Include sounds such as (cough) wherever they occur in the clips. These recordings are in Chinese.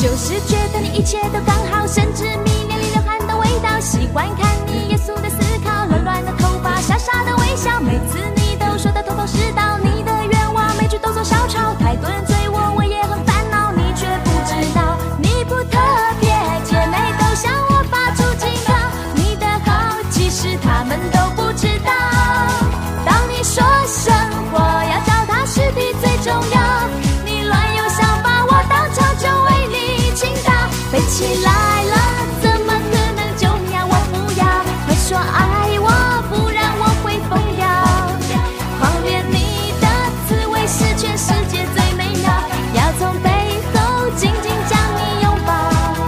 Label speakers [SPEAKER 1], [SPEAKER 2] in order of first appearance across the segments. [SPEAKER 1] 就是觉得你一切都刚好，甚至迷恋你流汗的味道，喜欢看你严肃的思考，乱乱的头发，傻傻的微笑，每次你都说的头头是道，你的愿望每句都做小抄，太多人追我，我也很烦恼，你却不知道，你不特别，姐妹都向我发出警告，你的好其实他们都不知道。当你说生活要脚踏实地最重要，你乱有想法，我当场就为你倾倒。飞起来了，怎么可能就要我不要？快说爱我，不然我会疯掉。狂恋你的滋味是全世界最美妙，要从背后紧紧将你拥抱。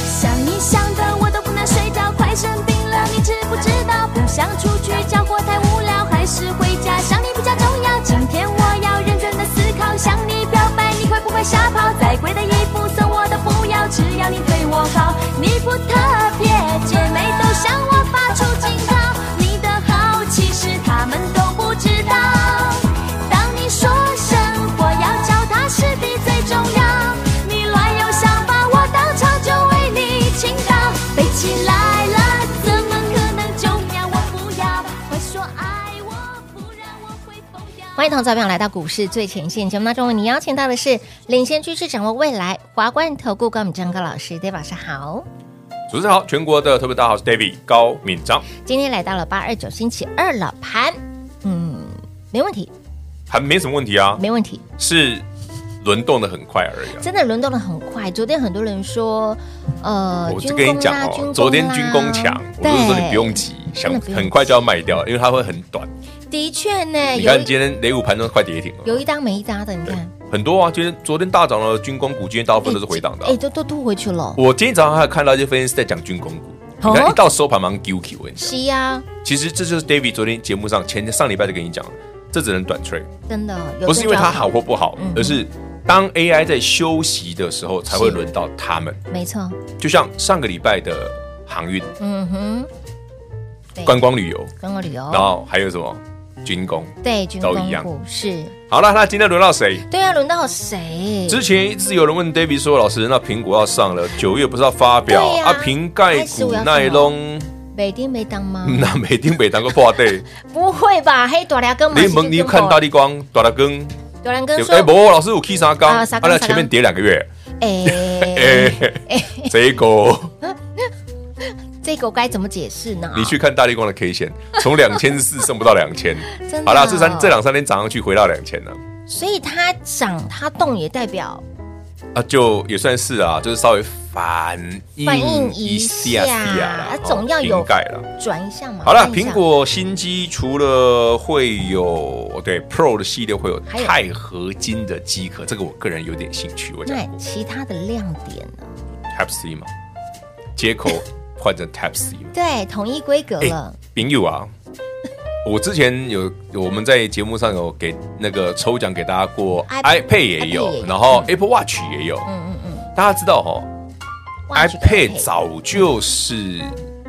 [SPEAKER 1] 想你想的我都不能睡觉，快生病了，你知不知道？不想出去搅和太无聊，还是回家想你比较重要。今天我要认真的思考，向你表白，你会不会吓跑？再贵的衣服送我都不要，只要你对我好。你不特别，姐妹都向我发出警告，你的好其实他们都不知道。当你说生活要脚踏实地最重要，你乱有想法，我当场就为你倾倒。飞起来了，怎么可能就秒？我不要，快说爱我，不然我会疯掉。
[SPEAKER 2] 欢迎投资者朋友来到股市最前线节目当中，为你邀请到的是领先趋势、掌握未来华冠投顾高敏章高老师，David 老师好。
[SPEAKER 3] 主持人好，全国的特别大家好，我是 David 高敏章，
[SPEAKER 2] 今天来到了八二九星期二了盘，嗯，没问题，
[SPEAKER 3] 还没什么问题啊，
[SPEAKER 2] 没问题，
[SPEAKER 3] 是轮动的很快而已、啊。
[SPEAKER 2] 真的轮动的很快。昨天很多人说，呃，
[SPEAKER 3] 我
[SPEAKER 2] 军
[SPEAKER 3] 就跟你
[SPEAKER 2] 工啊
[SPEAKER 3] 讲
[SPEAKER 2] 啦
[SPEAKER 3] 哦，昨天军工强，我就说你不用，急，想
[SPEAKER 2] 真的不用急
[SPEAKER 3] 很快就要卖掉，因为它会很短。
[SPEAKER 2] 对的确呢，
[SPEAKER 3] 你
[SPEAKER 2] 有
[SPEAKER 3] 看
[SPEAKER 2] 一
[SPEAKER 3] 今天雷五盘中快跌停了，
[SPEAKER 2] 有一搭没一搭的，你看，
[SPEAKER 3] 很多啊，今天昨天大涨的军工股，今天大部分都是回档的啊、
[SPEAKER 2] 哎，都都吐回去了。
[SPEAKER 3] 我今天早上还有看到一些分析师在讲军工股，
[SPEAKER 2] 哦
[SPEAKER 3] 你看一到收盘马上 QQ，我跟你讲，
[SPEAKER 2] 是呀，
[SPEAKER 3] 其实这就是 David 昨天节目上前上礼拜就跟你讲了，这只能短 trade。
[SPEAKER 2] 真的，有
[SPEAKER 3] 不是因为它好
[SPEAKER 2] 跟
[SPEAKER 3] 或不好
[SPEAKER 2] 嗯，
[SPEAKER 3] 而是当 AI 在休息的时候才会轮到他们。
[SPEAKER 2] 着，没错，
[SPEAKER 3] 就像上个礼拜的航运、
[SPEAKER 2] 嗯哼，对
[SPEAKER 3] 观光旅游，
[SPEAKER 2] 跟我旅
[SPEAKER 3] 然
[SPEAKER 2] 游，
[SPEAKER 3] 后还有什么军工。
[SPEAKER 2] 对，军
[SPEAKER 3] 都一
[SPEAKER 2] 工
[SPEAKER 3] 样
[SPEAKER 2] 股是，
[SPEAKER 3] 好了，那今天轮到谁？
[SPEAKER 2] 对啊，轮到谁？
[SPEAKER 3] 之前一直有人问 David 说：“老师，那苹果要上了，九月不是要发表
[SPEAKER 2] 对呀哎
[SPEAKER 3] 啊？瓶盖股耐隆，
[SPEAKER 2] 北丁没当吗？
[SPEAKER 3] (laughs) 那美丁北当个破
[SPEAKER 2] (laughs)
[SPEAKER 3] 对，
[SPEAKER 2] 不会吧？黑朵俩跟
[SPEAKER 3] 联盟你有看大，力光、大大根，
[SPEAKER 2] 朵俩跟
[SPEAKER 3] 有
[SPEAKER 2] 说
[SPEAKER 3] 哎，，不，老师我 K 啥刚，
[SPEAKER 2] 啊
[SPEAKER 3] 啊，
[SPEAKER 2] 啥缸
[SPEAKER 3] 那
[SPEAKER 2] 啥缸
[SPEAKER 3] 前面跌两个月，
[SPEAKER 2] 哎，
[SPEAKER 3] (laughs) 哎，这个。”
[SPEAKER 2] 这个该怎么解释呢？
[SPEAKER 3] 你去看大力光的 K 线，从两千四剩不到两 (laughs) 千
[SPEAKER 2] 真的，
[SPEAKER 3] 好啦，
[SPEAKER 2] 哦
[SPEAKER 3] 这三这两三天涨上去回到两千了，
[SPEAKER 2] 所以它涨它动也代表
[SPEAKER 3] 啊，就也算是啊，就是稍微反应
[SPEAKER 2] 反应一
[SPEAKER 3] 一
[SPEAKER 2] 下
[SPEAKER 3] 下下
[SPEAKER 2] 啊
[SPEAKER 3] 啦，
[SPEAKER 2] 总要有
[SPEAKER 3] 哦瓶盖了。
[SPEAKER 2] 转一下嘛。
[SPEAKER 3] 好了，
[SPEAKER 2] 转一下
[SPEAKER 3] 苹果新机除了会有对 Pro 的系列，会有
[SPEAKER 2] 还有
[SPEAKER 3] 钛合金的机壳，这个我个人有点兴趣，我讲
[SPEAKER 2] 那
[SPEAKER 3] 过
[SPEAKER 2] 其他的亮点呢？
[SPEAKER 3] Type C 嘛，接口换成 Type C 嘛。
[SPEAKER 2] 对，统一规格
[SPEAKER 3] 哎
[SPEAKER 2] 了，
[SPEAKER 3] 朋友啊， (laughs) 我之前有我们在节目上有给那个抽奖给大家过
[SPEAKER 2] iPad
[SPEAKER 3] ，iPad 也
[SPEAKER 2] iPad 也有嗯
[SPEAKER 3] 有，然后 Apple Watch 也有。
[SPEAKER 2] 嗯嗯嗯
[SPEAKER 3] 大家知道哦
[SPEAKER 2] 哇这个
[SPEAKER 3] ，iPad 早就是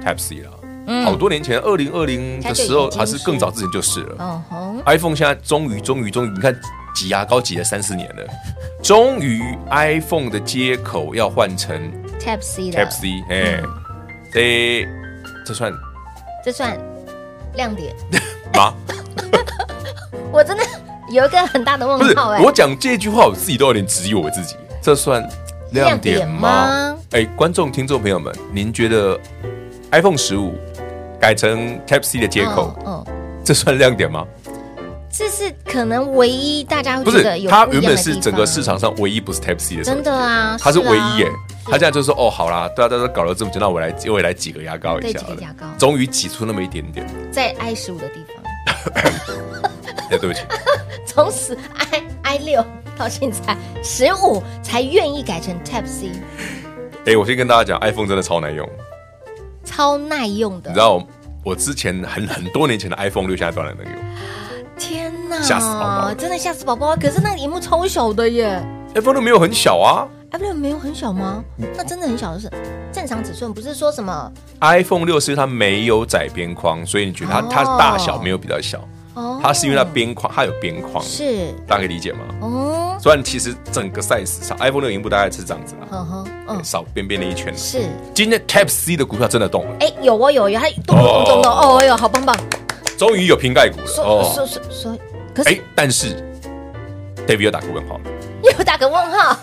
[SPEAKER 3] Type C 了，好多年前，二零二零的时候
[SPEAKER 2] 嗯它就已经是
[SPEAKER 3] 还是更早之前就是了。
[SPEAKER 2] 哦吼，
[SPEAKER 3] iPhone 现在终于终于终于，你看挤牙膏挤了三四年了，终于 iPhone 的接口要换成
[SPEAKER 2] Type C 的
[SPEAKER 3] Type C，哎，
[SPEAKER 2] 嗯
[SPEAKER 3] 这这算
[SPEAKER 2] 这算亮点。
[SPEAKER 3] 吗？
[SPEAKER 2] 我真的有一个很大的
[SPEAKER 3] 不
[SPEAKER 2] 问
[SPEAKER 3] 是
[SPEAKER 2] 号哎，
[SPEAKER 3] 我讲这句话，我自己都有点质疑我自己，这算亮点
[SPEAKER 2] 亮点
[SPEAKER 3] 吗
[SPEAKER 2] 吗？
[SPEAKER 3] 哎，观众、听众朋友们，您觉得 iPhone 十五改成 Type C 的接口，
[SPEAKER 2] 哦，哦
[SPEAKER 3] 这算亮点吗？
[SPEAKER 2] 这是可能唯一大家会
[SPEAKER 3] 不
[SPEAKER 2] 觉
[SPEAKER 3] 是
[SPEAKER 2] 得，有
[SPEAKER 3] 它
[SPEAKER 2] 不一
[SPEAKER 3] 原
[SPEAKER 2] 样的地
[SPEAKER 3] 本是
[SPEAKER 2] 方
[SPEAKER 3] 整个市场上唯一不是 Type C 的手机，
[SPEAKER 2] 真的
[SPEAKER 3] (laughs)
[SPEAKER 2] 啊，
[SPEAKER 3] 它是
[SPEAKER 2] 啊
[SPEAKER 3] 唯一耶。他
[SPEAKER 2] 是
[SPEAKER 3] 现在就说哦，好啦，大家都搞了这么久，那我来我也来挤个牙膏一
[SPEAKER 2] 对
[SPEAKER 3] 下
[SPEAKER 2] 挤
[SPEAKER 3] 好
[SPEAKER 2] 个
[SPEAKER 3] 了，
[SPEAKER 2] 牙膏
[SPEAKER 3] 终于挤出那么一点点。
[SPEAKER 2] 在 i 十五的地方，
[SPEAKER 3] 哎，对不起，
[SPEAKER 2] 从此 i i 六到现在十五才愿意改成 Type C，
[SPEAKER 3] (laughs) 哎，我先跟大家讲，iPhone 真的超难用。
[SPEAKER 2] 超耐用
[SPEAKER 3] 你
[SPEAKER 2] 的
[SPEAKER 3] 知。道我我之前很很多年前的 iPhone 六现在都还能用。
[SPEAKER 2] 天哪，
[SPEAKER 3] 吓死宝宝了
[SPEAKER 2] 真的吓死宝宝！可是那个荧幕超小的耶
[SPEAKER 3] iPhone 六没有很小啊
[SPEAKER 2] ，iPhone 没有很小吗？那真的很小，就是正常尺寸，不是说什么
[SPEAKER 3] ，iPhone 六是它没有窄边框，所以你觉得它、
[SPEAKER 2] 哦
[SPEAKER 3] 它大小没有比较小，
[SPEAKER 2] 哦。
[SPEAKER 3] 它是因为它边框它有边框，
[SPEAKER 2] 是
[SPEAKER 3] 大家可以理解吗？
[SPEAKER 2] 哦，
[SPEAKER 3] 虽然其实整个 size 上 iPhone 六荧幕大概是这样子啦，
[SPEAKER 2] 呵呵，嗯
[SPEAKER 3] 嗯、，少边边的一圈啦。
[SPEAKER 2] 是。
[SPEAKER 3] 今天 Type C 的股票真的动了，
[SPEAKER 2] 哎，有哦，有有，它咚咚咚咚，
[SPEAKER 3] 哦
[SPEAKER 2] 哦哎呦，好棒棒！
[SPEAKER 3] 终于有瓶盖股了
[SPEAKER 2] 说说
[SPEAKER 3] 哦。
[SPEAKER 2] 说说，可
[SPEAKER 3] 哎
[SPEAKER 2] 是，
[SPEAKER 3] 但是 David 又打个问号了，
[SPEAKER 2] 又打个问号。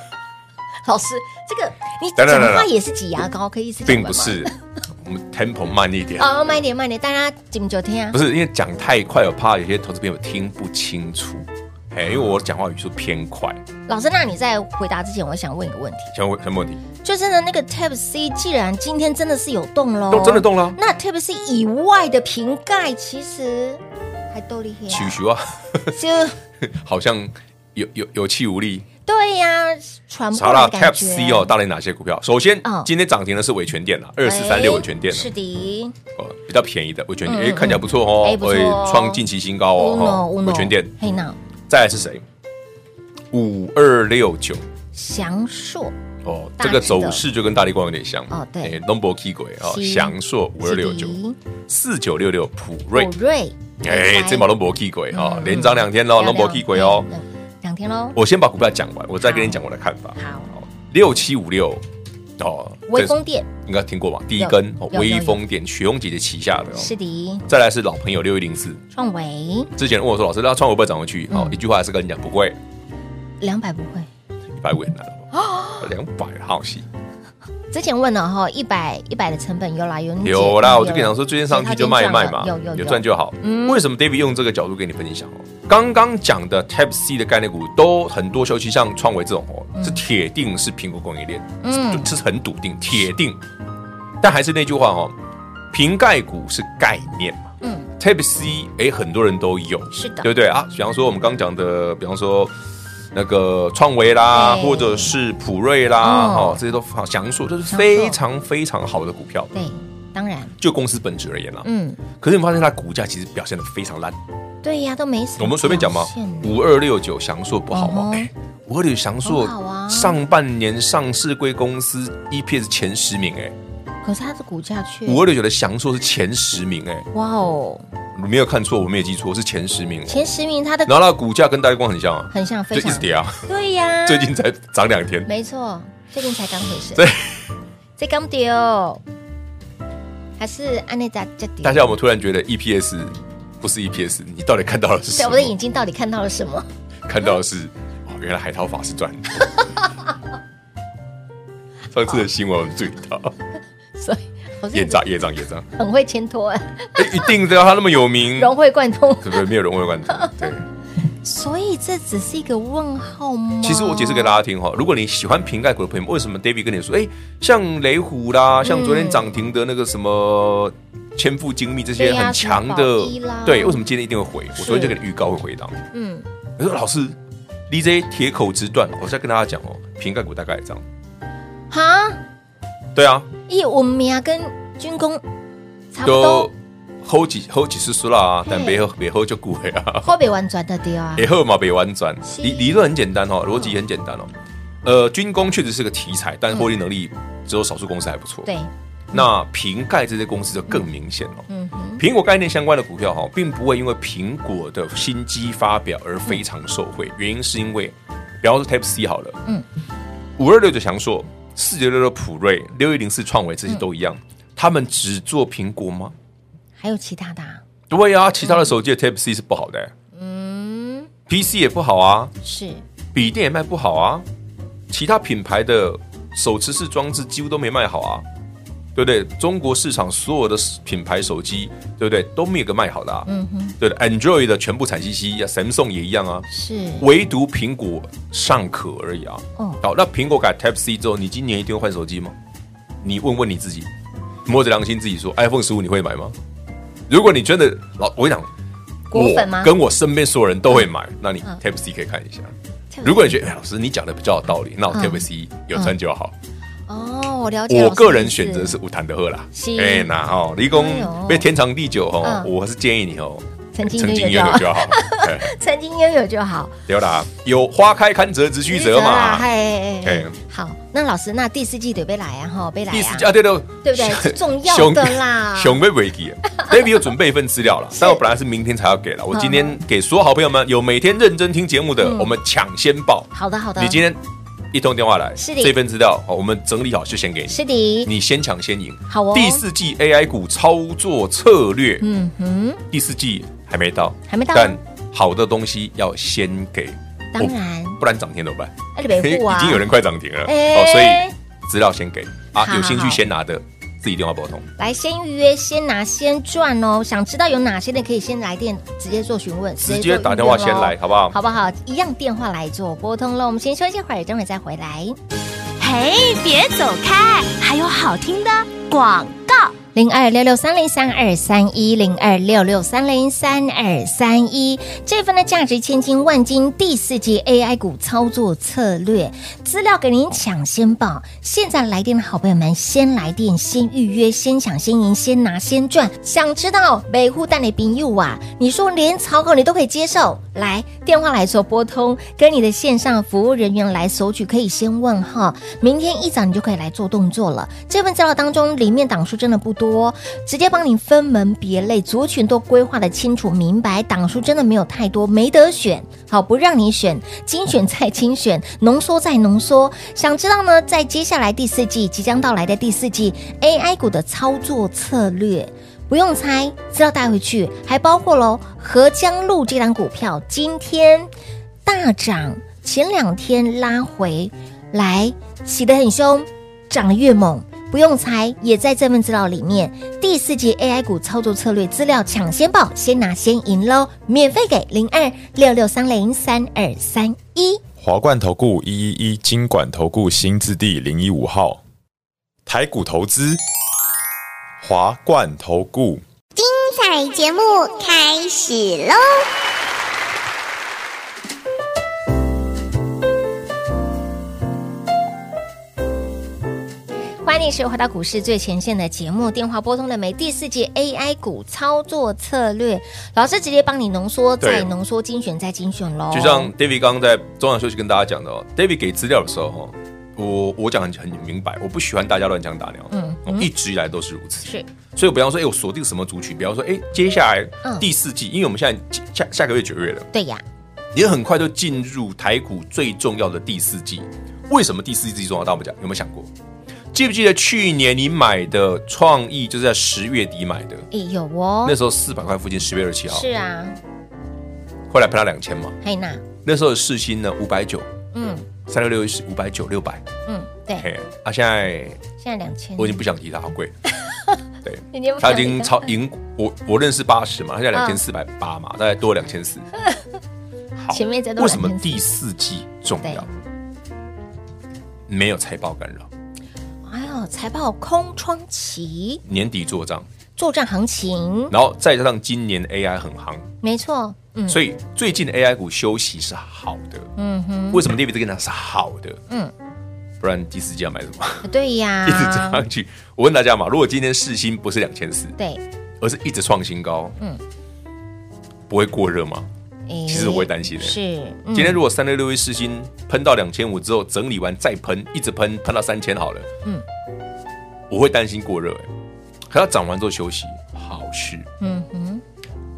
[SPEAKER 2] 老师，这个你
[SPEAKER 3] 等等
[SPEAKER 2] 讲
[SPEAKER 3] 等
[SPEAKER 2] 话
[SPEAKER 3] 等
[SPEAKER 2] 也是挤牙膏，可以一次讲
[SPEAKER 3] 并
[SPEAKER 2] 完
[SPEAKER 3] 不
[SPEAKER 2] 吗
[SPEAKER 3] 是，我们 tempo 慢一点，
[SPEAKER 2] 哦，慢一点，慢一点，大家紧就听啊
[SPEAKER 3] 不。是因为讲太快，我怕有些投资朋友听不清楚。哎，因为我讲话语速偏快，
[SPEAKER 2] 老师，那你在回答之前，我想问一个问题，
[SPEAKER 3] 想问什么问题？
[SPEAKER 2] 就是呢，那个 Type C 既然今天真的是有动喽，
[SPEAKER 3] 都真的动了啊，
[SPEAKER 2] 那 Type C 以外的瓶盖其实还都厉害
[SPEAKER 3] 许
[SPEAKER 2] 啊，
[SPEAKER 3] 许啊，
[SPEAKER 2] 就
[SPEAKER 3] (laughs) 好像有有有气无力。
[SPEAKER 2] 对呀、传播
[SPEAKER 3] 好啦
[SPEAKER 2] 的
[SPEAKER 3] t a
[SPEAKER 2] 感
[SPEAKER 3] p
[SPEAKER 2] 觉。啊
[SPEAKER 3] C 哦，，到底哪些股票？首先
[SPEAKER 2] 嗯，
[SPEAKER 3] 今天涨停的是维权店啦，二四三六维权店
[SPEAKER 2] 哎
[SPEAKER 3] 啊
[SPEAKER 2] 是的，
[SPEAKER 3] 哦，比较便宜的维权店，
[SPEAKER 2] 嗯
[SPEAKER 3] 哎，
[SPEAKER 2] 嗯
[SPEAKER 3] 看起来不错哦
[SPEAKER 2] 哎，不错哦
[SPEAKER 3] 创近期新高哦，哈
[SPEAKER 2] 乌
[SPEAKER 3] 维权店。
[SPEAKER 2] 嘿那
[SPEAKER 3] 再来是谁？五二六九
[SPEAKER 2] 祥硕
[SPEAKER 3] 哦，
[SPEAKER 2] 大
[SPEAKER 3] 这
[SPEAKER 2] 只的
[SPEAKER 3] 个走势就跟大力光有点像
[SPEAKER 2] 哦对
[SPEAKER 3] 哎龙博 K 鬼哦，
[SPEAKER 2] 是
[SPEAKER 3] 翔硕五二六九
[SPEAKER 2] 是的
[SPEAKER 3] 四九六六普瑞
[SPEAKER 2] 普，瑞，
[SPEAKER 3] 哎，这把龙博 K 鬼哦，连涨两天喽，龙博 K 鬼哦。
[SPEAKER 2] 嗯，两天喽，
[SPEAKER 3] 我先把股票讲完，我再
[SPEAKER 2] 嗯
[SPEAKER 3] 跟你讲我的看法。
[SPEAKER 2] 好，
[SPEAKER 3] 六七五六哦，
[SPEAKER 2] 微
[SPEAKER 3] 这
[SPEAKER 2] 风电
[SPEAKER 3] 应该听过吧？第一根哦
[SPEAKER 2] 有有
[SPEAKER 3] 微风电，雪拥姐姐旗下的
[SPEAKER 2] 是
[SPEAKER 3] 哦。
[SPEAKER 2] 的，
[SPEAKER 3] 再来是老朋友六一零四，
[SPEAKER 2] 创维
[SPEAKER 3] 之前问我说老师，那创维不会涨回去？哦，
[SPEAKER 2] 嗯
[SPEAKER 3] 一句话还是跟你讲不会，
[SPEAKER 2] 两百不会。
[SPEAKER 3] 一百五也难哦，两百好戏
[SPEAKER 2] 之前问了哈，一百一百的成本有啦有你
[SPEAKER 3] 有
[SPEAKER 2] 解
[SPEAKER 3] 啦，
[SPEAKER 2] 嗯
[SPEAKER 3] 我就跟你讲说，最近上去就卖一卖嘛
[SPEAKER 2] 有有，
[SPEAKER 3] 有赚就好。
[SPEAKER 2] 嗯
[SPEAKER 3] 为什么 David 用这个角度给你分享哦？刚刚讲的 Type C 的概念股都很多，尤其像创维这种哦，是铁定是苹果供应链，
[SPEAKER 2] 嗯
[SPEAKER 3] 是很笃定，铁定。但还是那句话哦，瓶盖股是概念嘛
[SPEAKER 2] 嗯，
[SPEAKER 3] ，Type C 哎，很多人都有，
[SPEAKER 2] 是的，
[SPEAKER 3] 对不对啊？比方说我们刚讲的，比方说那个创维啦，
[SPEAKER 2] 对
[SPEAKER 3] 或者是普瑞啦，
[SPEAKER 2] 嗯
[SPEAKER 3] 哦，这些都好详述，这是
[SPEAKER 2] 详述
[SPEAKER 3] 非常非常好的股票。
[SPEAKER 2] 对，当然，
[SPEAKER 3] 就公司本质而言啦、
[SPEAKER 2] 嗯，
[SPEAKER 3] 可是你发现它股价其实表现的非常烂。
[SPEAKER 2] 对呀，都没什么。
[SPEAKER 3] 我们随便讲嘛，五二六九祥硕不好吗
[SPEAKER 2] 嗯？哼
[SPEAKER 3] 哎、五二六祥硕
[SPEAKER 2] 很好啊
[SPEAKER 3] 上半年上市贵公司 EPS 前十名、
[SPEAKER 2] 可是它的股价却
[SPEAKER 3] 哎，五二六九的祥硕是前十名、哎，
[SPEAKER 2] 哇哦，
[SPEAKER 3] 你没有看错，我没有记错，是前十名、
[SPEAKER 2] 前十名它的
[SPEAKER 3] 然后它的股价跟大力光很像啊，
[SPEAKER 2] 很像
[SPEAKER 3] 就
[SPEAKER 2] 非
[SPEAKER 3] 一直
[SPEAKER 2] 常
[SPEAKER 3] 跌啊， (laughs)
[SPEAKER 2] 对呀，
[SPEAKER 3] 最近才涨两天。
[SPEAKER 2] 没错，最近才刚回升，
[SPEAKER 3] 对，
[SPEAKER 2] 这刚丢，还是安内在在丢
[SPEAKER 3] 大。家有没有突然觉得 EPS 不是 EPS？你到底看到的是
[SPEAKER 2] 对，
[SPEAKER 3] 什
[SPEAKER 2] 我的眼
[SPEAKER 3] 么？
[SPEAKER 2] 睛到底看到了什么？ (laughs)
[SPEAKER 3] 看到的是哦，原来海涛法是赚的。上次的新闻我们注意到，
[SPEAKER 2] 所以我是
[SPEAKER 3] 业障业障业障，
[SPEAKER 2] 很会牵拖，
[SPEAKER 3] 哎一定的啊，他那么有名，
[SPEAKER 2] 融会贯通。
[SPEAKER 3] 对不对？没有人会关注。
[SPEAKER 2] (laughs)
[SPEAKER 3] 对，
[SPEAKER 2] 所以这只是一个问号吗？
[SPEAKER 3] 其实我解释给大家听哈，如果你喜欢瓶盖股的朋友们，为什么 David 跟你说，哎，像雷
[SPEAKER 2] 嗯
[SPEAKER 3] 虎啦，像昨天涨停的那个什么千富精密这些
[SPEAKER 2] 对呀
[SPEAKER 3] 很强
[SPEAKER 2] 什么
[SPEAKER 3] 的
[SPEAKER 2] 宝一啦，
[SPEAKER 3] 对，为什么今天一定会回？我昨天就给你预告会回档。
[SPEAKER 2] 嗯，
[SPEAKER 3] 我说老师，DJ 铁口直断，我再跟大家讲哦，瓶盖股大概也这样。
[SPEAKER 2] 哈，
[SPEAKER 3] 对啊，
[SPEAKER 2] 以我们呀跟军工差不
[SPEAKER 3] 都
[SPEAKER 2] 多，
[SPEAKER 3] 好几好几次输啦、啊，但
[SPEAKER 2] 嘿
[SPEAKER 3] 别喝别喝就股了啊，
[SPEAKER 2] 后北玩转的对啊，
[SPEAKER 3] 也喝嘛别玩转。
[SPEAKER 2] 是嗯
[SPEAKER 3] 理理论很简单哦，逻辑很简单哦。呃，军工确实是个题材，但获利能力只有少数公司还不错。
[SPEAKER 2] 对，
[SPEAKER 3] 那瓶盖这些公司就更明显了。
[SPEAKER 2] 嗯哼，
[SPEAKER 3] 苹果概念相关的股票哈，并不会因为苹果的新机发表而非常受惠，原因是因为，比方说 Type C 好了，
[SPEAKER 2] 嗯，
[SPEAKER 3] 五二六九强硕，四九六六普瑞，六一零四创维这些都一样，
[SPEAKER 2] 嗯
[SPEAKER 3] 他们只做苹果吗？
[SPEAKER 2] 还有其他的啊，
[SPEAKER 3] 对啊，其他的手机的 Type C 是不好的、
[SPEAKER 2] 嗯，
[SPEAKER 3] PC 也不好啊，
[SPEAKER 2] 是
[SPEAKER 3] 笔电也卖不好啊，其他品牌的手持式装置几乎都没卖好啊，对不对？中国市场所有的品牌手机，对不对？都没有一个卖好的啊，
[SPEAKER 2] 嗯哼，
[SPEAKER 3] 对的，Android 的全部惨兮兮啊，Samsung 也一样啊，
[SPEAKER 2] 是
[SPEAKER 3] 唯独苹果尚可而已啊。
[SPEAKER 2] 哦
[SPEAKER 3] 好，那苹果改 Type C 之后，你今年一定会换手机吗？你问问你自己，摸着良心自己说，iPhone 十五你会买吗？如果你真的老，我跟你讲，
[SPEAKER 2] 果粉吗
[SPEAKER 3] 我跟我身边所有人都会买，那你
[SPEAKER 2] 嗯
[SPEAKER 3] Type C 可以看一下。
[SPEAKER 2] Type C
[SPEAKER 3] 如果你觉得、哎，老师你讲的比较有道理，那我
[SPEAKER 2] 嗯
[SPEAKER 3] Type C 有赚就好。
[SPEAKER 2] 哦，哦，了解。老
[SPEAKER 3] 我
[SPEAKER 2] 师
[SPEAKER 3] 个人
[SPEAKER 2] 意思
[SPEAKER 3] 选择是五坛的喝啦
[SPEAKER 2] 是，
[SPEAKER 3] 那哦，立功
[SPEAKER 2] 哎呦
[SPEAKER 3] 被天长地久哦，
[SPEAKER 2] 嗯
[SPEAKER 3] 我是建议你哦，
[SPEAKER 2] 曾经
[SPEAKER 3] 曾
[SPEAKER 2] 拥有
[SPEAKER 3] 经
[SPEAKER 2] 就
[SPEAKER 3] 拥有
[SPEAKER 2] 好，
[SPEAKER 3] 就好，哎
[SPEAKER 2] (laughs) 曾经拥有就好。
[SPEAKER 3] 对啦，有花开堪折直须折
[SPEAKER 2] 啦
[SPEAKER 3] 嘛，
[SPEAKER 2] 嗨，哎哎
[SPEAKER 3] 哎
[SPEAKER 2] 好，那老师，那第四季得被来啊，哈，被来
[SPEAKER 3] 第
[SPEAKER 2] 啊
[SPEAKER 3] 四，季啊，对对，
[SPEAKER 2] 对不啊对是重要的啦
[SPEAKER 3] (laughs) 熊被
[SPEAKER 2] (laughs)
[SPEAKER 3] 危机，David 有准备一份资料了，但我本来是明天才要给了，我今天给所有好朋友们，有每天认真听节目的，我们抢先报。
[SPEAKER 2] 好的嗯好的，
[SPEAKER 3] 你今天一通电话来，
[SPEAKER 2] 是的
[SPEAKER 3] 这份资料，好，我们整理好就先给你，
[SPEAKER 2] 是的，
[SPEAKER 3] 你先抢先赢。
[SPEAKER 2] 好哦
[SPEAKER 3] 第四季 AI 股操作策略，
[SPEAKER 2] 嗯哼，
[SPEAKER 3] 第四季还没到，
[SPEAKER 2] 还没到
[SPEAKER 3] 但好的东西要先给，
[SPEAKER 2] 当然
[SPEAKER 3] 不不然涨停怎么办？
[SPEAKER 2] 二北户啊，
[SPEAKER 3] 哦 (laughs) 已经有人快涨停了、
[SPEAKER 2] 哎
[SPEAKER 3] 哦，所以资料先给啊，
[SPEAKER 2] 好
[SPEAKER 3] 有兴
[SPEAKER 2] 好
[SPEAKER 3] 趣先拿的自己电话拨通。
[SPEAKER 2] 来先预约，先拿先赚哦。想知道有哪些的，可以先来电直接做询问，
[SPEAKER 3] 直
[SPEAKER 2] 做
[SPEAKER 3] 接
[SPEAKER 2] 预约
[SPEAKER 3] 打电话先
[SPEAKER 2] 咯
[SPEAKER 3] 来，好不好？
[SPEAKER 2] 好不好？一样电话来做拨通了，我们先休息一会儿，等会儿再回来。
[SPEAKER 1] 嘿，别走开，还有好听的广告。
[SPEAKER 2] 零二六六三零三二三一零二六六三零三二三一这份的价值千金万金第四季 AI 股操作策略资料给您抢先报，现在来电的好朋友们先来电，先预约，先抢先赢，先拿先赚。想知道每户带你朋友啊，你说连草稿你都可以接受，来电话来做拨通，跟你的线上服务人员来索取，可以先问哈，明天一早你就可以来做动作了。这份资料当中，里面档数真的不多，直接帮你分门别类，族群都规划的清楚明白，档数真的没有太多，没得选，好不让你选，精选再精选，浓缩再浓缩。想知道呢，在接下来第四季即将到来的第四季 AI 股的操作策略。不用猜，资料带回去，还包括喽合江路这档股票，今天大涨，前两天拉回来，洗得很凶，涨得越猛。不用猜，也在这份资料里面。第四季 AI 股操作策略资料抢先报，先拿先赢喽！免费给零二六六三零三二三一。
[SPEAKER 4] 华冠投顾一一一金管投顾新字第零一五号，台股投资，华冠投顾。
[SPEAKER 5] 彩节目开始喽！
[SPEAKER 2] 欢迎是回到股市最前线的节目，电话拨通了没？第四季 AI 股操作策略，老师直接帮你浓缩再
[SPEAKER 3] 对
[SPEAKER 2] 浓缩，精选再精选喽。
[SPEAKER 3] 就像 David 刚刚在中场休息跟大家讲的哦，David 给资料的时候哦，我我讲很很明白，我不喜欢大家乱枪打鸟，
[SPEAKER 2] 嗯
[SPEAKER 3] 嗯，一直以来都是如此。
[SPEAKER 2] 是
[SPEAKER 3] 所以我比方说，哎，我锁定什么族群？比方说，哎，接下来
[SPEAKER 2] 嗯
[SPEAKER 3] 第四季，因为我们现在下下个月九月了，
[SPEAKER 2] 对呀，
[SPEAKER 3] 也很快就进入台股最重要的第四季。为什么第四季重要？大家讲有没有想过？记不记得去年你买的创意就是在十月底买的，
[SPEAKER 2] 诶有哦
[SPEAKER 3] 那，时候四百块附近，十月二十七号，
[SPEAKER 2] 是啊，
[SPEAKER 3] 后来喷到两千嘛。
[SPEAKER 2] 嘿娜，
[SPEAKER 3] 那时候的市心呢五百九，
[SPEAKER 2] 嗯
[SPEAKER 3] 三六六一是五百九六百，
[SPEAKER 2] 嗯，对，
[SPEAKER 3] 嘿，啊，现在
[SPEAKER 2] 现在两千，
[SPEAKER 3] 我已经不想提它，
[SPEAKER 2] (laughs)
[SPEAKER 3] 好贵。对，
[SPEAKER 2] 已经不
[SPEAKER 3] 它已
[SPEAKER 2] 想
[SPEAKER 3] 经
[SPEAKER 2] 理
[SPEAKER 3] 超赢我，我认识八十嘛，它现
[SPEAKER 2] 嗯
[SPEAKER 3] 在两千四百八嘛，大概多两千
[SPEAKER 2] (laughs)
[SPEAKER 3] 四。好
[SPEAKER 2] 前面这都
[SPEAKER 3] 为什么
[SPEAKER 2] 2400
[SPEAKER 3] 第四季重
[SPEAKER 2] 对
[SPEAKER 3] 要？没有财报干扰，
[SPEAKER 2] 哎呦，财报空窗期，
[SPEAKER 3] 年底做账，
[SPEAKER 2] 作战行情，
[SPEAKER 3] 然后再加上今年 AI 很行，
[SPEAKER 2] 没
[SPEAKER 3] (laughs)
[SPEAKER 2] 错，嗯
[SPEAKER 3] 所以最近的 AI 股休息是好的。
[SPEAKER 2] 嗯哼，
[SPEAKER 3] 为什么 David 跟他是好的？
[SPEAKER 2] 嗯，啊
[SPEAKER 3] 不然第四季要买什么？
[SPEAKER 2] 对呀，
[SPEAKER 3] (laughs) 一直涨上去。我问大家嘛，如果今天市心不是两千四，
[SPEAKER 2] 对，
[SPEAKER 3] 而是一直创新高，
[SPEAKER 2] 嗯
[SPEAKER 3] 嗯，不会过热吗？
[SPEAKER 2] 诶
[SPEAKER 3] 其实我会担心的欸
[SPEAKER 2] 是，嗯
[SPEAKER 3] 今天如果三六六一四星喷到两千五之后，整理完再喷，一直喷喷到三千好了，
[SPEAKER 2] 嗯
[SPEAKER 3] 嗯，我会担心过热、欸。可它涨完之后休息，好事。
[SPEAKER 2] 嗯哼，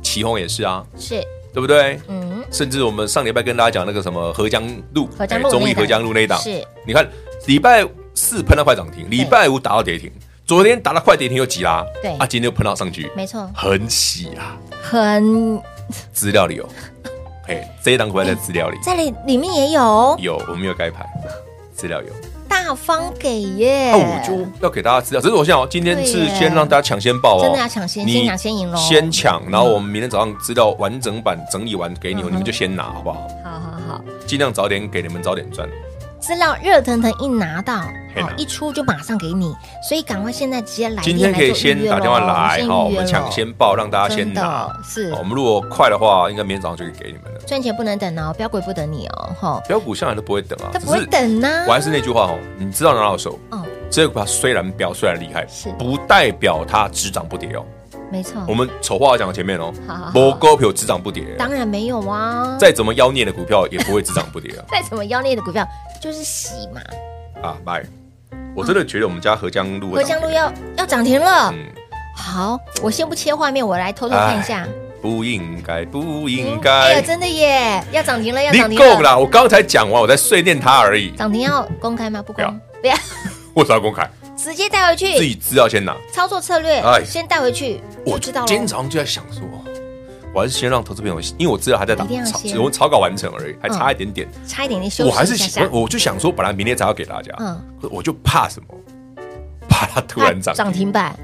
[SPEAKER 3] 旗红也是啊，
[SPEAKER 2] 是，
[SPEAKER 3] 对不对？
[SPEAKER 2] 嗯，
[SPEAKER 3] 甚至我们上礼拜跟大家讲那个什么合江路、
[SPEAKER 2] 合江路
[SPEAKER 3] 哎中
[SPEAKER 2] 那
[SPEAKER 3] 立
[SPEAKER 2] 档
[SPEAKER 3] 合江路那一档，
[SPEAKER 2] 是嗯
[SPEAKER 3] 你看礼拜四喷到快涨停，礼拜五打到跌停，昨天打到快跌停又急拉，
[SPEAKER 2] 对
[SPEAKER 3] 啊，今天又喷到上去，
[SPEAKER 2] 没错，
[SPEAKER 3] 很喜啊。
[SPEAKER 2] 很
[SPEAKER 3] 资料里有，嘿，这一档股票在资料里
[SPEAKER 2] 在里里面也有
[SPEAKER 3] 有，我没有盖牌，资料有。
[SPEAKER 2] 大方给耶，
[SPEAKER 3] 那哦我就要给大家资料，只是我想哦，今天
[SPEAKER 2] 对
[SPEAKER 3] 是
[SPEAKER 2] 耶
[SPEAKER 3] 先让大家抢先报哦，
[SPEAKER 2] 真的要抢先
[SPEAKER 3] 你
[SPEAKER 2] 先抢先赢咯
[SPEAKER 3] 先抢，然后我们明天早上资料完整版整理完给你，你们就先拿好不好？
[SPEAKER 2] 好好好，
[SPEAKER 3] 尽量早点给你们早点赚。
[SPEAKER 2] 资料热腾腾一拿到，
[SPEAKER 3] 嘿
[SPEAKER 2] 好
[SPEAKER 3] 呐
[SPEAKER 2] 一出就马上给你，所以赶快现在直接来电
[SPEAKER 3] 今天可
[SPEAKER 2] 来
[SPEAKER 3] 以
[SPEAKER 2] 做预
[SPEAKER 3] 先
[SPEAKER 2] 约
[SPEAKER 3] 打电话
[SPEAKER 2] 咯
[SPEAKER 3] 来
[SPEAKER 2] 先
[SPEAKER 3] 哈，我
[SPEAKER 2] 预约
[SPEAKER 3] 们
[SPEAKER 2] 咯
[SPEAKER 3] 抢先报，让大家先
[SPEAKER 2] 真
[SPEAKER 3] 拿。
[SPEAKER 2] 的是
[SPEAKER 3] 哦我们如果快的话，应该明天早上就可以给你们了。
[SPEAKER 2] 赚钱不能等哦，标鬼不等你哦，哈，
[SPEAKER 3] 标股向来都不会等啊，
[SPEAKER 2] 他
[SPEAKER 3] 只
[SPEAKER 2] 不会
[SPEAKER 3] 是
[SPEAKER 2] 等呢
[SPEAKER 3] 我，还是那句话哦，你知道拿到手，
[SPEAKER 2] 哦，
[SPEAKER 3] 这个股票虽然飙，虽然厉害
[SPEAKER 2] 是，
[SPEAKER 3] 不代表它只涨不跌哦。
[SPEAKER 2] 没错
[SPEAKER 3] 我，们丑话讲前面哦
[SPEAKER 2] 好好好，
[SPEAKER 3] 某股票只涨不跌，
[SPEAKER 2] 当然没有啊。。
[SPEAKER 3] 再怎么妖孽的股票也不会只涨不跌啊
[SPEAKER 2] 再怎么妖孽的股票就是洗嘛，
[SPEAKER 3] 啊，拜！我真的觉得我们家合江路，
[SPEAKER 2] 回江路，要要涨停了。
[SPEAKER 3] 嗯，
[SPEAKER 2] 好，我先不切画面，我来偷偷看一下。
[SPEAKER 3] 不应该，不应
[SPEAKER 2] 哎
[SPEAKER 3] 该
[SPEAKER 2] 呀，，真的耶，要涨停了，要涨停
[SPEAKER 3] 你够
[SPEAKER 2] 了。
[SPEAKER 3] 啦！我刚才讲完，我在碎念他而已，
[SPEAKER 2] 涨停要公开吗？不公
[SPEAKER 3] 不要，
[SPEAKER 2] 不要，
[SPEAKER 3] 我啥公开？
[SPEAKER 2] 直接带回
[SPEAKER 3] 自
[SPEAKER 2] 去。
[SPEAKER 3] 己资料先拿。
[SPEAKER 2] 操作策略
[SPEAKER 3] 哎，
[SPEAKER 2] 先带回去就
[SPEAKER 3] 我
[SPEAKER 2] 知道了
[SPEAKER 3] 今。天早上就在想说，我还是先让投资朋友，因为我知道还在打
[SPEAKER 2] 一定要
[SPEAKER 3] 草
[SPEAKER 2] 先，
[SPEAKER 3] 我草稿完成而已，还差一点点。
[SPEAKER 2] 差一点点休息
[SPEAKER 3] 我还
[SPEAKER 2] 一
[SPEAKER 3] 是
[SPEAKER 2] 下下
[SPEAKER 3] 想，。我就想说，本来明天才要给大家，
[SPEAKER 2] 嗯
[SPEAKER 3] 可我就怕什么？怕它突然涨
[SPEAKER 2] 涨停板，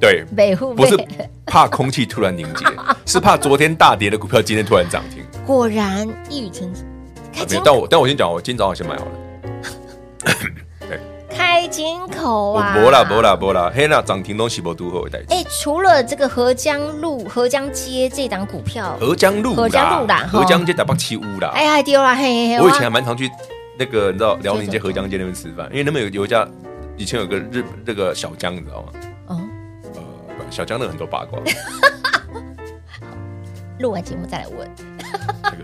[SPEAKER 3] 对，
[SPEAKER 2] 北户
[SPEAKER 3] 不是
[SPEAKER 2] 北
[SPEAKER 3] 怕空气突然凝结，是怕昨天大跌的股票今天突然涨停。
[SPEAKER 2] (laughs) 果然一语成谶。开
[SPEAKER 3] 没
[SPEAKER 2] 金
[SPEAKER 3] 有，但我但我先讲，我今天早上先买好了。
[SPEAKER 2] 开金口
[SPEAKER 3] 我
[SPEAKER 2] 啊！
[SPEAKER 3] 没啦没啦没啦，嘿啦，涨停东西不都后代志。
[SPEAKER 2] 哎，除了这个合江路、合江街这档股票，
[SPEAKER 3] 河江路啦，
[SPEAKER 2] 河江路啦
[SPEAKER 3] 河江街打棒七屋啦。
[SPEAKER 2] 哎呀丢了，嘿嘿嘿！
[SPEAKER 3] 我以
[SPEAKER 2] 哇
[SPEAKER 3] 前还蛮常去那个你知道辽宁街
[SPEAKER 2] 这种
[SPEAKER 3] 河江街那边吃饭，因为那边有有一家以前有个日那个小江，你知
[SPEAKER 2] (laughs)
[SPEAKER 3] 道吗？
[SPEAKER 2] 哦，
[SPEAKER 3] 呃，小江那个很多八卦，
[SPEAKER 2] 录完节目再来问， (laughs)
[SPEAKER 3] 那个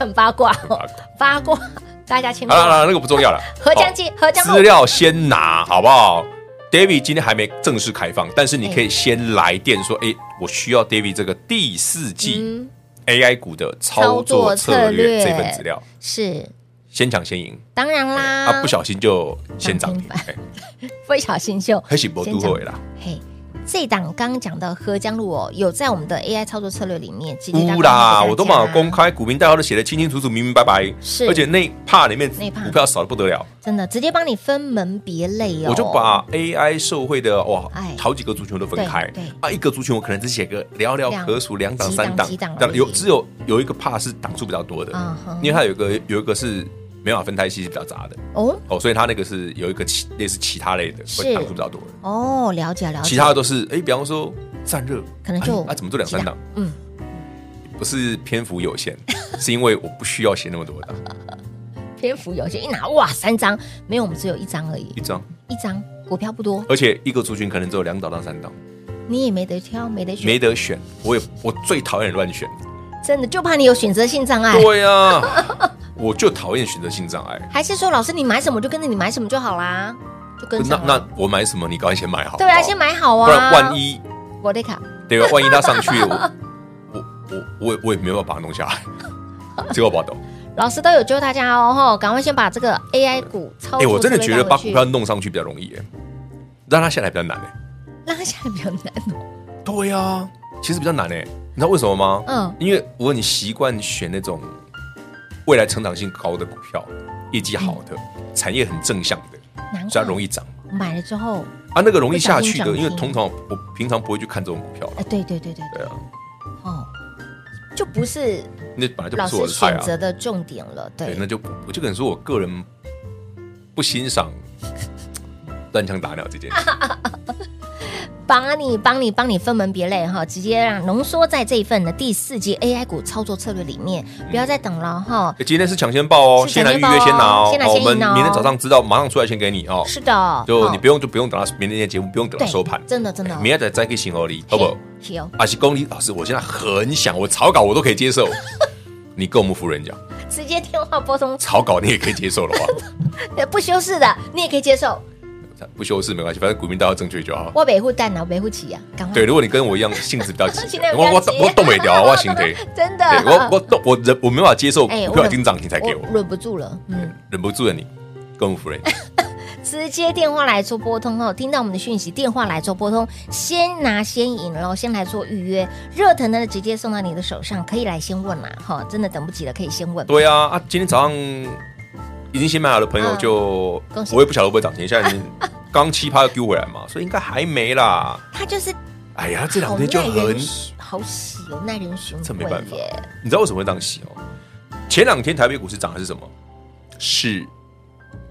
[SPEAKER 3] 很八卦
[SPEAKER 2] 很八卦
[SPEAKER 3] 很八
[SPEAKER 2] 哦，八
[SPEAKER 3] 卦。
[SPEAKER 2] 卦，大家千
[SPEAKER 3] 好
[SPEAKER 2] 万
[SPEAKER 3] 了好了，那个不重要了。
[SPEAKER 2] 合江街、合江
[SPEAKER 3] 资
[SPEAKER 2] 路，
[SPEAKER 3] 料先拿好不好？David 今天还没正式开放，但是你可以先来电说，哎、我需要 David 这个第四季
[SPEAKER 2] 嗯，
[SPEAKER 3] AI 股的操作策略这份资料，
[SPEAKER 2] 是
[SPEAKER 3] 先抢先赢
[SPEAKER 2] 当然啦，
[SPEAKER 3] 啊，不小心就先涨停
[SPEAKER 2] 涨，停
[SPEAKER 3] 哎
[SPEAKER 2] 不小心就
[SPEAKER 3] 还是博都后啦，
[SPEAKER 2] 嘿。这档刚讲到合江路哦，有在我们的 AI 操作策略里面直接
[SPEAKER 3] 不
[SPEAKER 2] 打广告
[SPEAKER 3] 啦，
[SPEAKER 2] 给大
[SPEAKER 3] 我都把
[SPEAKER 2] 家
[SPEAKER 3] 公开股民代号都写得清清楚楚、明明白白，
[SPEAKER 2] 啊是
[SPEAKER 3] 而且那 part 里面
[SPEAKER 2] 那一 part
[SPEAKER 3] 股票少的不得了，
[SPEAKER 2] 真的直接帮你分门别类哦，
[SPEAKER 3] 我就把 AI 受惠的哇
[SPEAKER 2] 哎，
[SPEAKER 3] 好几个族群我都分开
[SPEAKER 2] 对对。
[SPEAKER 3] 啊，一个族群我可能只写个寥寥可数两档、
[SPEAKER 2] 几档
[SPEAKER 3] 三档
[SPEAKER 2] 几档，
[SPEAKER 3] 但有
[SPEAKER 2] 而已
[SPEAKER 3] 只有有一个怕是档数比较多的
[SPEAKER 2] 嗯哼，
[SPEAKER 3] 因为它有一个有一个是没办法分太细，是比较杂的
[SPEAKER 2] 哦
[SPEAKER 3] 哦，所以它那个是有一个其类似其他类的，
[SPEAKER 2] 是
[SPEAKER 3] 会档数比较多的。
[SPEAKER 2] 哦，了解了解，
[SPEAKER 3] 其他的都是哎，比方说散热，
[SPEAKER 2] 可能就
[SPEAKER 3] 哎啊怎么做两三档？
[SPEAKER 2] 嗯，
[SPEAKER 3] 不是篇幅有限， (laughs) 是因为我不需要写那么多档，
[SPEAKER 2] 篇幅有限，一拿哇三张，没有我们只有一张而已
[SPEAKER 3] 一，张，
[SPEAKER 2] 一张股票不多，
[SPEAKER 3] 而且一个族群可能只有两档到三档，
[SPEAKER 2] 你也没得挑，没得选，
[SPEAKER 3] 没得选。我也我最讨厌乱选。
[SPEAKER 2] 真的就怕你有选择性障碍。
[SPEAKER 3] 对呀、我就讨厌选择性障碍。
[SPEAKER 2] 还是说老师你买什么就跟着你买什么就好啦，就跟
[SPEAKER 3] 那
[SPEAKER 2] 上啦
[SPEAKER 3] 那我买什么？你赶快先买好。
[SPEAKER 2] 对啊，
[SPEAKER 3] 好不好
[SPEAKER 2] 先。买好啊，
[SPEAKER 3] 不然万一
[SPEAKER 2] 我得卡
[SPEAKER 3] 对啊吧？万一它上去，我我我我也我也没办法把它弄
[SPEAKER 2] (laughs)
[SPEAKER 3] 下来，这个我不懂。
[SPEAKER 2] 老师都有教大家哦，吼，赶快先把这个 AI 股操作、
[SPEAKER 3] 哎，我真的觉得把股票弄上去比较容易，哎让它下来比较难哎。
[SPEAKER 2] 拉下来比较难哦，
[SPEAKER 3] 对呀，其实比较难哎，你知道为什么吗？
[SPEAKER 2] 嗯，
[SPEAKER 3] 因为我很习惯选那种未来成长性高的股票，业绩好的，
[SPEAKER 2] 嗯
[SPEAKER 3] 产业很正向的，
[SPEAKER 2] 难
[SPEAKER 3] 比较
[SPEAKER 2] 怪
[SPEAKER 3] 容易涨。
[SPEAKER 2] 买了之后，
[SPEAKER 3] 啊，那个容易下去
[SPEAKER 2] 不小心涨
[SPEAKER 3] 的，
[SPEAKER 2] 停
[SPEAKER 3] 因为通常我平常不会去看这种股票啦
[SPEAKER 2] 哎，对对对对
[SPEAKER 3] 对啊，
[SPEAKER 2] 哦，就不是
[SPEAKER 3] 那本来就
[SPEAKER 2] 老
[SPEAKER 3] 不是我
[SPEAKER 2] 师
[SPEAKER 3] 的菜
[SPEAKER 2] 选
[SPEAKER 3] 啊。
[SPEAKER 2] 择的重点了，
[SPEAKER 3] 对，
[SPEAKER 2] 对
[SPEAKER 3] 那就不我就跟你说，我个人不欣赏乱枪打鸟这件
[SPEAKER 2] (laughs)
[SPEAKER 3] 事。
[SPEAKER 2] 帮你帮你帮你分门别类哈，直接让浓缩在这一份的第四季 AI 股操作策略里面，
[SPEAKER 3] 嗯
[SPEAKER 2] 不要再等了哈。
[SPEAKER 3] 哎诶今天是抢先报哦，
[SPEAKER 2] 是
[SPEAKER 3] 先来预
[SPEAKER 2] 抢
[SPEAKER 3] 约
[SPEAKER 2] 先
[SPEAKER 3] 先拿
[SPEAKER 2] 报哦
[SPEAKER 3] 哦
[SPEAKER 2] 先拿，
[SPEAKER 3] 好
[SPEAKER 2] 先
[SPEAKER 3] 我
[SPEAKER 2] 赢哦
[SPEAKER 3] 们明天早上知道，马上出来先给你哦。
[SPEAKER 2] 是的，
[SPEAKER 3] 就你
[SPEAKER 2] 哦
[SPEAKER 3] 不用就不用等到明天的节目，不用等到
[SPEAKER 2] 对
[SPEAKER 3] 收盘，
[SPEAKER 2] 真的真的
[SPEAKER 3] 明天再再给行合理，好不好？
[SPEAKER 2] 是哦，
[SPEAKER 3] 阿西公里老师，我现在很想，我草稿我都可以接
[SPEAKER 2] (laughs)
[SPEAKER 3] 受。你跟我们夫人讲，
[SPEAKER 2] 直接电话拨通，
[SPEAKER 3] 草稿你也可以接受的话， (laughs)
[SPEAKER 2] 呃不修饰的你也可以接受。
[SPEAKER 3] 不修饰没关系，反正股民大家正确就好。
[SPEAKER 2] 啊我北户蛋脑，北户起呀，赶快
[SPEAKER 3] (laughs) 对，如果你跟我一样性子比较急
[SPEAKER 2] 现 (laughs) 在，比较
[SPEAKER 3] 我我
[SPEAKER 2] 急
[SPEAKER 3] 我动不掉啊，我
[SPEAKER 2] (laughs)
[SPEAKER 3] 心腿。
[SPEAKER 2] 真的
[SPEAKER 3] 对，我我动我忍我没办法接受
[SPEAKER 2] 哎
[SPEAKER 3] 股
[SPEAKER 2] 我
[SPEAKER 3] 票
[SPEAKER 2] 忍
[SPEAKER 3] 已经涨停才给我，
[SPEAKER 2] 忍不住了，嗯。
[SPEAKER 3] 忍不住的你，跟我夫人，
[SPEAKER 2] 直接电话来做拨通哦，听到我们的讯息，电话来做拨通，先拿先赢，然后先来做预约，热腾腾的直接送到你的手上，可以来先问啦，哈，真的等不及了，可以先问。
[SPEAKER 3] 对啊啊，今天早上已经先买好的朋友
[SPEAKER 2] 嗯
[SPEAKER 3] 就
[SPEAKER 2] 恭，喜
[SPEAKER 3] 我也不晓得会不会涨停，现在已经刚七趴又丢回来嘛，所以应该还没啦。
[SPEAKER 2] (laughs) 他就是
[SPEAKER 3] 哎呀，这两
[SPEAKER 2] 好
[SPEAKER 3] 天就
[SPEAKER 2] 耐
[SPEAKER 3] 很
[SPEAKER 2] 人，寻好喜哦，耐人寻味，
[SPEAKER 3] 这没办法，你知道为什么会这样洗哦？前两天台北股市涨的是什么？是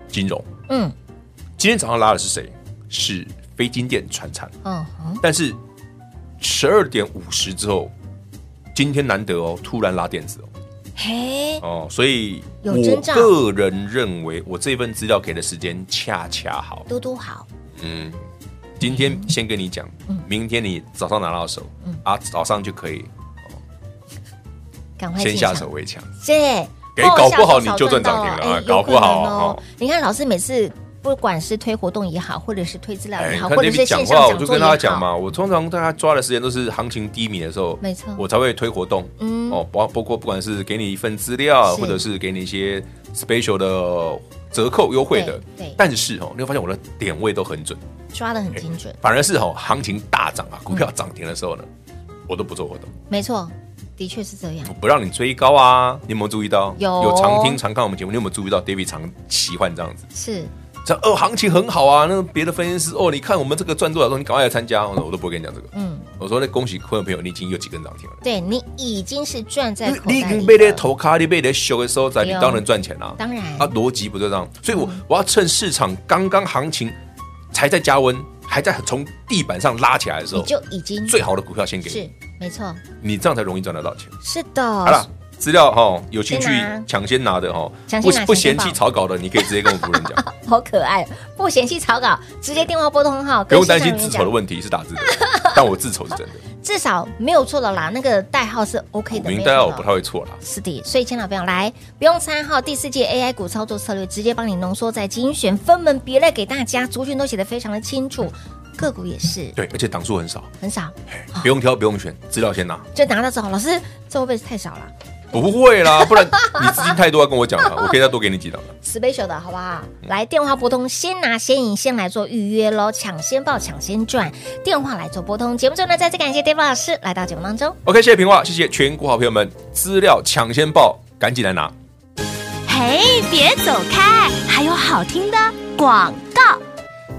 [SPEAKER 3] 金融。
[SPEAKER 2] 嗯
[SPEAKER 3] 今天早上拉的是谁？是非金电传产。
[SPEAKER 2] 嗯哼，
[SPEAKER 3] 但是十二点五十之后，今天难得哦，突然拉电子哦，
[SPEAKER 2] 嘿，
[SPEAKER 3] 哦，所以
[SPEAKER 2] 有
[SPEAKER 3] 我
[SPEAKER 2] 征兆
[SPEAKER 3] 个人认为，我这份资料给的时间恰恰好。
[SPEAKER 2] 嘟嘟好，
[SPEAKER 3] 嗯，今天先跟你讲，
[SPEAKER 2] 嗯
[SPEAKER 3] 明天你早上拿到手，啊，早上就可以
[SPEAKER 2] 赶快
[SPEAKER 3] 先
[SPEAKER 2] 进
[SPEAKER 3] 下
[SPEAKER 2] 场
[SPEAKER 3] 手为强。
[SPEAKER 2] 对，
[SPEAKER 3] 给
[SPEAKER 2] 哦
[SPEAKER 3] 搞
[SPEAKER 2] 下
[SPEAKER 3] 不
[SPEAKER 2] 手
[SPEAKER 3] 好你
[SPEAKER 2] 少
[SPEAKER 3] 就
[SPEAKER 2] 赚
[SPEAKER 3] 赚
[SPEAKER 2] 到
[SPEAKER 3] 涨停
[SPEAKER 2] 哎
[SPEAKER 3] 了啊
[SPEAKER 2] 有
[SPEAKER 3] 搞
[SPEAKER 2] 可
[SPEAKER 3] 不好
[SPEAKER 2] 能哦
[SPEAKER 3] 哦。
[SPEAKER 2] 你看老师每次不管是推活动也好，或者是推资料也
[SPEAKER 3] 你
[SPEAKER 2] 好，
[SPEAKER 3] 看
[SPEAKER 2] 或者是
[SPEAKER 3] David
[SPEAKER 2] 线
[SPEAKER 3] 讲
[SPEAKER 2] 上
[SPEAKER 3] 话，我
[SPEAKER 2] 讲
[SPEAKER 3] 就
[SPEAKER 2] 座
[SPEAKER 3] 跟
[SPEAKER 2] 也
[SPEAKER 3] 大家讲
[SPEAKER 2] 好，
[SPEAKER 3] 嘛，我通常大家抓的时间都是行情低迷的时候，
[SPEAKER 2] 没错
[SPEAKER 3] 我才会推活动。
[SPEAKER 2] 嗯
[SPEAKER 3] 哦，包包括不管是给你一份资料，
[SPEAKER 2] 是
[SPEAKER 3] 或者是给你一些 special 的折扣优惠的
[SPEAKER 2] 对对，
[SPEAKER 3] 但是哦，你会发现我的点位都很准，
[SPEAKER 2] 抓的很精准，
[SPEAKER 3] 反而是哦行情大涨
[SPEAKER 2] 嗯
[SPEAKER 3] 啊，股票涨停的时候呢，我都不做活动，
[SPEAKER 2] 没错，的确是这样
[SPEAKER 3] 我。不让你追高啊。你有没有注意到？
[SPEAKER 2] 有
[SPEAKER 3] 有常听常看我们节目，你有没有注意到 David 常喜欢这样子？
[SPEAKER 2] 是
[SPEAKER 3] 这哦行情很好啊，那个别的分析师哦，你看我们这个赚多少东西，你赶快来参加。我说我都不会跟你讲这个，
[SPEAKER 2] 嗯，
[SPEAKER 3] 我说那恭喜观众朋友，你已经有几根涨停了。
[SPEAKER 2] 对你已经是赚在
[SPEAKER 3] 你
[SPEAKER 2] 口
[SPEAKER 3] 你已
[SPEAKER 2] 袋
[SPEAKER 3] 经
[SPEAKER 2] 里
[SPEAKER 3] 被那
[SPEAKER 2] 了，
[SPEAKER 3] 头卡，你被那修的时候，在你
[SPEAKER 2] 对哦
[SPEAKER 3] 当然赚钱啦、啊。
[SPEAKER 2] 当然
[SPEAKER 3] 啊，逻辑不就这样？所以我我要趁市场刚刚行情才在加温，还在从地板上拉起来的时
[SPEAKER 2] 你
[SPEAKER 3] 候，
[SPEAKER 2] 就已经
[SPEAKER 3] 最好的股票先给
[SPEAKER 2] 是
[SPEAKER 3] 你，
[SPEAKER 2] 没错，
[SPEAKER 3] 你这样才容易赚得到钱。
[SPEAKER 2] 是
[SPEAKER 3] 好了
[SPEAKER 2] 的，。
[SPEAKER 3] 资料哈、哦，有兴趣
[SPEAKER 2] 先拿
[SPEAKER 3] 抢先拿的哈、
[SPEAKER 2] 抢先
[SPEAKER 3] 哦，不
[SPEAKER 2] 拿
[SPEAKER 3] 不
[SPEAKER 2] 抢先
[SPEAKER 3] 嫌
[SPEAKER 2] 报
[SPEAKER 3] 弃草稿的，你可以直接跟我夫人讲，
[SPEAKER 2] (laughs) 好可爱，不嫌弃草稿，直接电话拨通号，
[SPEAKER 3] 不
[SPEAKER 2] 跟
[SPEAKER 3] 用担
[SPEAKER 2] 线
[SPEAKER 3] 心
[SPEAKER 2] 上人员
[SPEAKER 3] 字丑的
[SPEAKER 2] 讲
[SPEAKER 3] 问题是打字的，但我字丑是真的。
[SPEAKER 2] 至少没有错了啦，那个代号是 OK
[SPEAKER 3] 股
[SPEAKER 2] 的，
[SPEAKER 3] 民
[SPEAKER 2] 没
[SPEAKER 3] 代号
[SPEAKER 2] 错
[SPEAKER 3] 我不太会错啦。
[SPEAKER 2] 是的，所以千老朋友来，不用参号第四届 AI 股操作策略，直接帮你浓缩在精选分门别类给大家，族群都写得非常的清楚，个股也是
[SPEAKER 3] 对，而且档数很少，哎
[SPEAKER 2] 很少，
[SPEAKER 3] 不用挑，不用选，资料先拿。
[SPEAKER 2] 就拿到之后，老师这会不会太少了
[SPEAKER 3] 不会啦，不然你资金太多要跟我讲了，我可以再多给你几档了。
[SPEAKER 2] ？special 的好不好？来电话拨通，先拿先赢，先来做预约喽，抢先报，抢先赚，电话来做拨通。节目中呢，再次感谢 David 老师来到节目当中。
[SPEAKER 3] OK，谢谢平话，谢谢全国好朋友们，资料抢先报，赶紧来拿。
[SPEAKER 1] 嘿，别走开，还有好听的广告。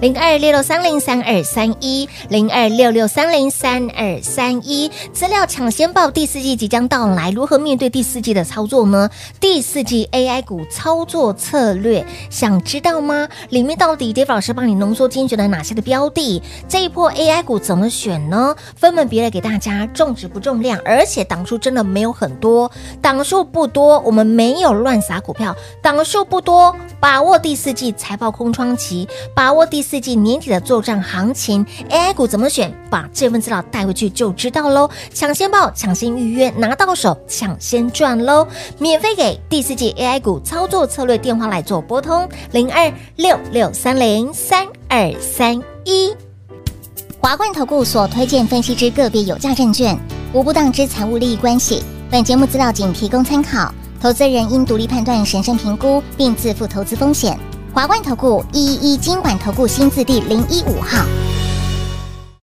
[SPEAKER 2] 零二六六三零三二三一，零二六六三零三二三一。资料抢先报，第四季即将到来，如何面对第四季的操作呢？第四季 AI 股操作策略，想知道吗？里面到底 Dave 老师帮你浓缩精选了哪些的标的？这一波 AI 股怎么选呢？分门别类给大家，重质不重量，而且档数真的没有很多，档数不多，我们没有乱撒股票，档数不多，把握第四季财报空窗期，把握第四季年底的作战行情，AI 股怎么选？把这份资料带回去就知道喽。抢先报，抢先预约，拿到手抢先赚喽！免费给第四季 AI 股操作策略电话来做拨通零二六六三零三二三一。
[SPEAKER 5] 华冠投顾所推荐分析之个别有价证券，无不当之财务利益关系。本节目资料仅提供参考，投资人应独立判断、审慎评估，并自负投资风险。华冠投顾一一一金管投顾新字第零一五号。